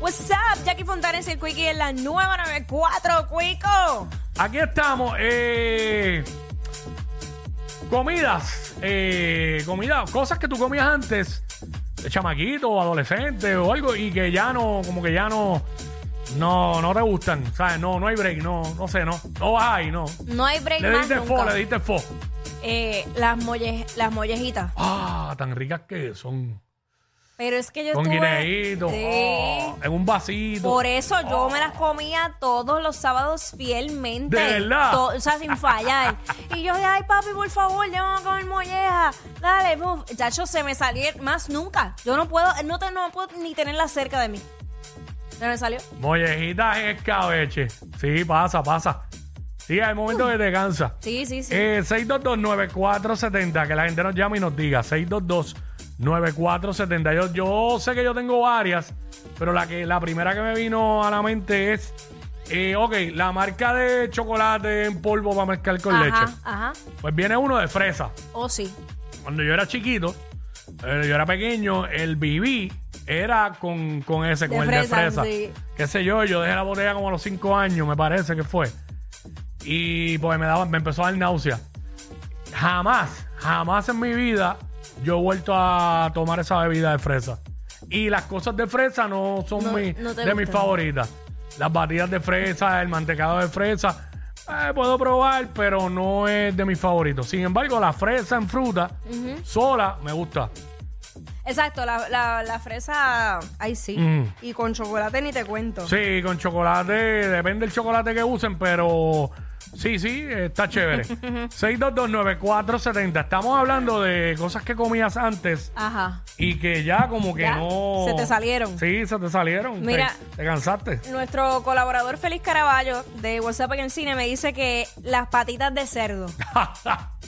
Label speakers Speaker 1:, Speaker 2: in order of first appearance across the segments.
Speaker 1: up? Jackie Fontanes y el Quickie en la nueva 94, Quico.
Speaker 2: Aquí estamos. eh, comidas. eh, comida, cosas que tú comías antes, de chamaquito, o adolescente o algo, y que ya no, como que ya no, no, no te gustan. ¿Sabes? No, no hay break, no, no sé, no. No hay, no.
Speaker 1: No hay break
Speaker 2: Le
Speaker 1: más
Speaker 2: diste fo,
Speaker 1: nunca.
Speaker 2: le diste fo.
Speaker 1: Eh, las, molle- las mollejitas.
Speaker 2: Ah, tan ricas que son.
Speaker 1: Pero es que yo
Speaker 2: Con
Speaker 1: estuve...
Speaker 2: guineíto.
Speaker 1: Sí.
Speaker 2: ah, en un vasito.
Speaker 1: Por eso yo me las comía todos los sábados fielmente.
Speaker 2: ¿De verdad?
Speaker 1: To- o sea, sin fallar. y yo, ay, papi, por favor, ya vamos a comer molleja. Dale, buf. Chacho, se me salió más nunca. Yo no puedo, no, te- no puedo ni tenerla cerca de mí. Se me salió.
Speaker 2: Mollejitas en escabeche. Sí, pasa, pasa. Sí, hay momentos que te cansa.
Speaker 1: Sí, sí, sí.
Speaker 2: Eh, 622-9470, que la gente nos llame y nos diga. 622-9470. Yo, yo sé que yo tengo varias, pero la, que, la primera que me vino a la mente es, eh, ok, la marca de chocolate en polvo para mezclar con
Speaker 1: ajá,
Speaker 2: leche.
Speaker 1: ajá.
Speaker 2: Pues viene uno de fresa.
Speaker 1: Oh, sí.
Speaker 2: Cuando yo era chiquito, eh, yo era pequeño, el BB era con, con ese,
Speaker 1: De
Speaker 2: con el
Speaker 1: fresa,
Speaker 2: de fresa.
Speaker 1: sí.
Speaker 2: Qué sé yo, yo dejé la botella como a los 5 años, me parece que fue. Y pues me, daba, me empezó a dar náusea. Jamás, jamás en mi vida yo he vuelto a tomar esa bebida de fresa. Y las cosas de fresa no son
Speaker 1: No-
Speaker 2: mi-
Speaker 1: no te
Speaker 2: de mis
Speaker 1: gustan.
Speaker 2: favoritas. Las batidas de fresa, el mantecado de fresa, eh, puedo probar, pero no es de mis favoritos. Sin embargo, la fresa en fruta sola me gusta.
Speaker 1: Exacto, la, la, la fresa, ahí sí.
Speaker 2: Mm.
Speaker 1: Y con chocolate ni te cuento.
Speaker 2: Sí, con chocolate, depende del chocolate que usen, pero sí, sí, está chévere. 6229470. Estamos hablando de cosas que comías antes
Speaker 1: Ajá.
Speaker 2: y que ya como que
Speaker 1: Ya,
Speaker 2: no.
Speaker 1: se te salieron.
Speaker 2: Sí, se te salieron. Te-
Speaker 1: Mira. Mm,
Speaker 2: Te, cansaste.
Speaker 1: Nuestro colaborador Félix Caraballo de WhatsApp en el cine me dice que las patitas de cerdo.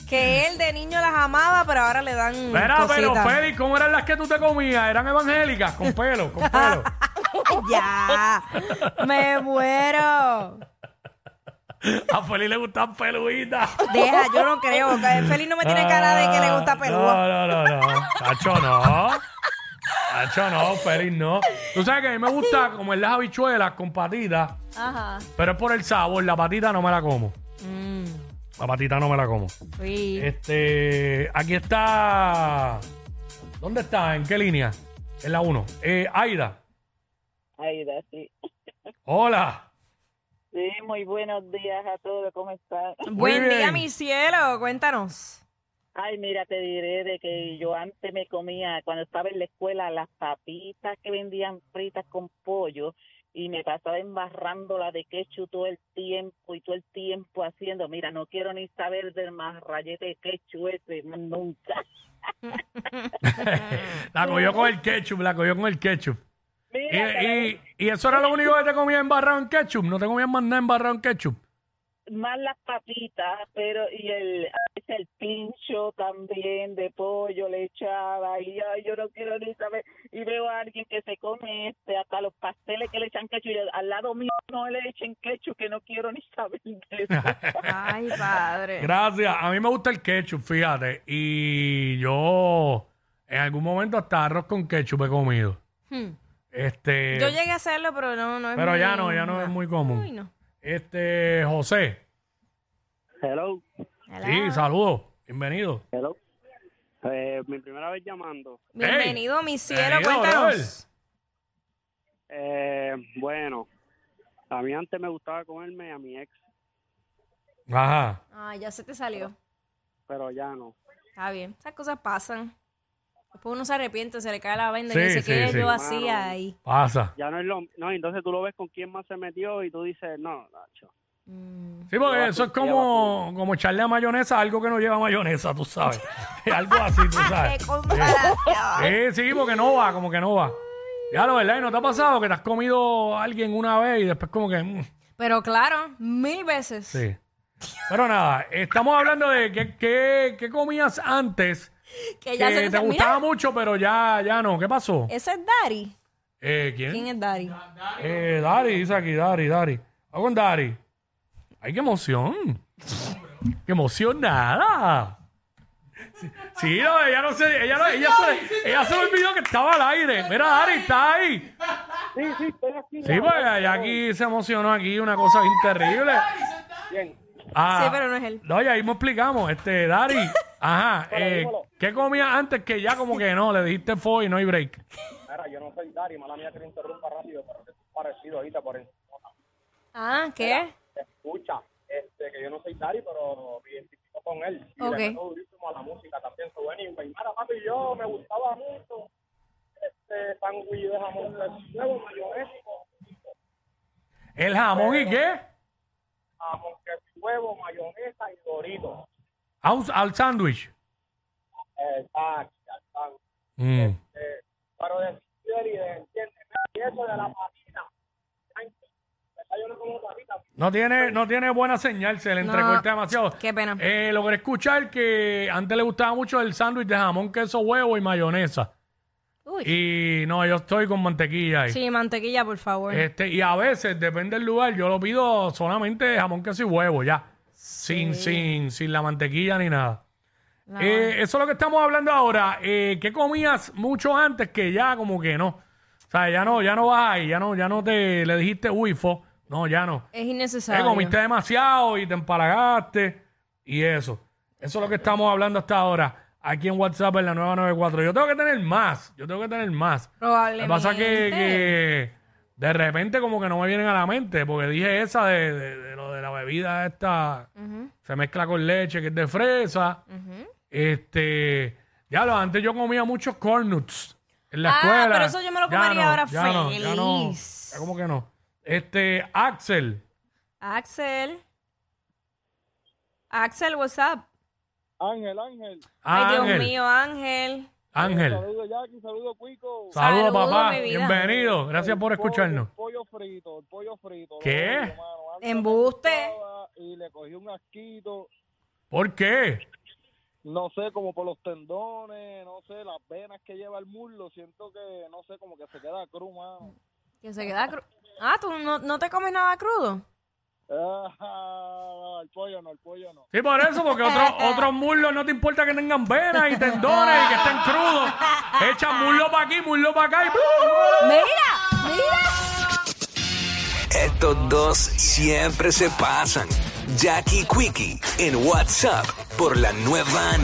Speaker 1: que él de niño las amaba, pero ahora le dan.
Speaker 2: Espera, pero
Speaker 1: cositas.
Speaker 2: Félix, ¿cómo eran las que tú te comías? Eran evangélicas, con pelo, con pelo.
Speaker 1: ya. Me muero.
Speaker 2: A Félix le gustaban peluitas.
Speaker 1: Deja, yo no creo. que Félix no me tiene cara de que le gusta pelúa.
Speaker 2: Ah, No, no, no, no. Cacho, no. Cacho, no, Félix, no. Tú sabes que a mí me gusta comer las habichuelas con patitas,
Speaker 1: Ajá.
Speaker 2: pero es por el sabor. La patita no me la como.
Speaker 1: Mm,
Speaker 2: La patita no me la como.
Speaker 1: sí.
Speaker 2: Este, aquí está. ¿Dónde está? ¿En qué línea? En la 1. Eh, Aida.
Speaker 3: Aida, sí.
Speaker 2: Hola.
Speaker 3: Sí, muy buenos días a todos, ¿cómo están?
Speaker 1: Buen día,
Speaker 2: bien.
Speaker 1: mi cielo. Cuéntanos.
Speaker 3: Ay, mira, te diré de que yo antes me comía, cuando estaba en la escuela, las papitas que vendían fritas con pollo y me pasaba embarrándola de ketchup todo el tiempo y todo el tiempo haciendo, mira, no quiero ni saber del marrayete de ketchup ese, más nunca.
Speaker 2: La cogió con el ketchup, la cogió con el ketchup. Y,
Speaker 3: Mira, te la-
Speaker 2: y, y eso era lo único que te comía embarrado en ketchup. No te comías más nada embarrado en ketchup.
Speaker 3: más las papitas, pero y el, a veces el pincho también de pollo le echaba y ay, yo no quiero ni saber y veo a alguien que se come este hasta los pasteles que le echan ketchup y al lado mío no le echen ketchup que no quiero ni saber de eso.
Speaker 1: Ay, padre.
Speaker 2: Gracias. A mí me gusta el ketchup, fíjate. Y yo en algún momento hasta arroz con ketchup he comido.
Speaker 1: Hmm.
Speaker 2: Este,
Speaker 1: Yo llegué a hacerlo, pero no, no es
Speaker 2: pero
Speaker 1: muy-
Speaker 2: ya no, ya no es muy común.
Speaker 1: Uy, no.
Speaker 2: Este, José.
Speaker 4: Hello,
Speaker 2: Sí, saludos. Bienvenido.
Speaker 4: hello. Eh, mi primera vez llamando.
Speaker 1: Bienvenido, mi cielo.
Speaker 2: bienvenido,
Speaker 1: Cuéntanos.
Speaker 4: Eh, bueno, a mí antes me gustaba comerme a mi ex,
Speaker 2: Ajá.
Speaker 1: Ah, ya se te salió.
Speaker 4: pero ya no.
Speaker 1: Está bien. Esas cosas pasan. Después uno se arrepiente, se le cae la venda y
Speaker 2: Sí,
Speaker 1: dice,
Speaker 2: sí,
Speaker 1: ¿qué
Speaker 2: sí.
Speaker 1: yo hacía
Speaker 4: Claro.
Speaker 1: ahí?
Speaker 2: Pasa.
Speaker 4: Ya no es lo. No, entonces tú lo ves con quién más se metió y tú dices, no, Nacho.
Speaker 1: Mm.
Speaker 2: Sí, porque
Speaker 4: Ya va,
Speaker 2: eso es
Speaker 4: ya va,
Speaker 2: como, como echarle a mayonesa algo que no lleva mayonesa, tú sabes. algo así, tú sabes.
Speaker 1: ¡Qué comparación!
Speaker 2: Sí, sí, porque no va, como que no va. Ya lo verdad, ¿y no te ha pasado que te has comido a alguien una vez y después como que... mm,
Speaker 1: Pero claro, mil veces.
Speaker 2: Sí. Pero nada, estamos hablando de qué, qué, qué comías antes
Speaker 1: Que
Speaker 2: que
Speaker 1: ya se
Speaker 2: te
Speaker 1: te mira,
Speaker 2: gustaba mucho, pero ya, ya no. ¿Qué pasó?
Speaker 1: Ese es Dari.
Speaker 2: Eh, ¿Quién?
Speaker 1: ¿Quién es Dari?
Speaker 2: Eh, Dari, dice aquí, Dari, Dari. Hago con Dari. ¡Ay, qué emoción! ¡Qué emocionada! Sí, no, ella no se, ella, no- ella se, ella se le olvidó que estaba al aire. Mira, Dari, está ahí.
Speaker 4: Sí, sí, estoy aquí.
Speaker 2: Sí, pues allá aquí se emocionó aquí una cosa bien terrible.
Speaker 4: Bien.
Speaker 2: Ah,
Speaker 1: Sí, pero no es él.
Speaker 2: No, y ahí mismo explicamos, este, Dari, ajá, eh,
Speaker 4: dímelo.
Speaker 2: ¿qué comías antes que ya como que no? Le dijiste fue y no hay break.
Speaker 4: Mira, yo no soy Dari, mala mía que te interrumpa rápido, pero es parecido ahorita por él.
Speaker 1: Ah, ¿qué?
Speaker 4: Escucha, este, que yo no soy Dari, pero me identifico con él. Y
Speaker 1: Ok.
Speaker 4: le meto durísimo a la música también, su buen y Mira, papi, yo me gustaba mucho este sanguillo de jamón de nuevo mayonésico.
Speaker 2: ¿El jamón y qué?
Speaker 4: jamón que huevo, mayonesa y doritos.
Speaker 2: A un- al sándwich.
Speaker 4: El taxi, el taxi.
Speaker 2: Mm.
Speaker 4: Eh, pero de fiel y de entiende. Y eso de la patita. tranqui, esa yo no como patita.
Speaker 2: No tiene, no tiene buena señal, se le
Speaker 1: No.
Speaker 2: entrecorta demasiado.
Speaker 1: Qué pena.
Speaker 2: Eh, logré escuchar que antes le gustaba mucho el sándwich de jamón, queso, huevo y mayonesa.
Speaker 1: Uy.
Speaker 2: Y no, yo estoy con mantequilla ahí.
Speaker 1: Sí, mantequilla, por favor.
Speaker 2: Este, y a veces, depende del lugar, yo lo pido solamente jamón, queso y huevo, ya. Sin, sin, sin la mantequilla ni nada.
Speaker 1: La-
Speaker 2: Eh, eso es lo que estamos hablando ahora. Eh, ¿Qué comías mucho antes que ya como que no? O sea, ya no, ya no vas ahí, ya no, ya no te le dijiste uifo. No, ya no.
Speaker 1: es
Speaker 2: Eh,
Speaker 1: innecesario.
Speaker 2: comiste demasiado y te empalagaste y eso. Eso es lo que estamos hablando hasta ahora aquí en WhatsApp en la nueva 94. Yo tengo que tener más, yo tengo que tener más. Lo
Speaker 1: Probablemente.
Speaker 2: que pasa es que, que de repente como que no me vienen a la mente porque dije esa de, de- de lo de la bebida esta,
Speaker 1: Ujú,
Speaker 2: se mezcla con leche que es de fresa.
Speaker 1: ujú.
Speaker 2: Este, ya lo antes yo comía muchos corn nuts en la
Speaker 1: Ah,
Speaker 2: escuela.
Speaker 1: pero eso yo me lo
Speaker 2: Ya
Speaker 1: comería ahora
Speaker 2: ya no, ya no.
Speaker 1: feliz.
Speaker 2: Ya como que no. Este, Axel,
Speaker 1: Axel. Axel, what's up?
Speaker 4: Ángel, Ángel.
Speaker 1: Ay, Dios
Speaker 2: Ángel,
Speaker 1: mío, Ángel.
Speaker 2: Ángel.
Speaker 4: Saludos, Jackie. Saludos, Cuico.
Speaker 2: Saludos,
Speaker 1: Saludos,
Speaker 2: papá.
Speaker 1: mi vida.
Speaker 2: Bienvenido. Gracias por escucharnos.
Speaker 4: Pollo, frito, el pollo frito.
Speaker 2: ¿Qué? odio,
Speaker 1: Embuste.
Speaker 4: Y le cogí un asquito,
Speaker 2: ¿Por qué?
Speaker 4: no sé, como por los tendones, no sé, las venas que lleva el muslo. Siento que, no sé, como que se queda cruz, mano.
Speaker 1: Que se queda cru- Ah, ¿tú no, no te comes nada crudo?
Speaker 4: Ah, el pollo no, el pollo no.
Speaker 2: Sí, por eso, porque otros otros muslos no te importa que tengan venas y tendones y que estén crudos. Echan muslo para aquí, muslo para acá y...
Speaker 1: ¡Mira! ¡Mira!
Speaker 5: Estos dos siempre se pasan. Jackie Quickie en WhatsApp por la nueva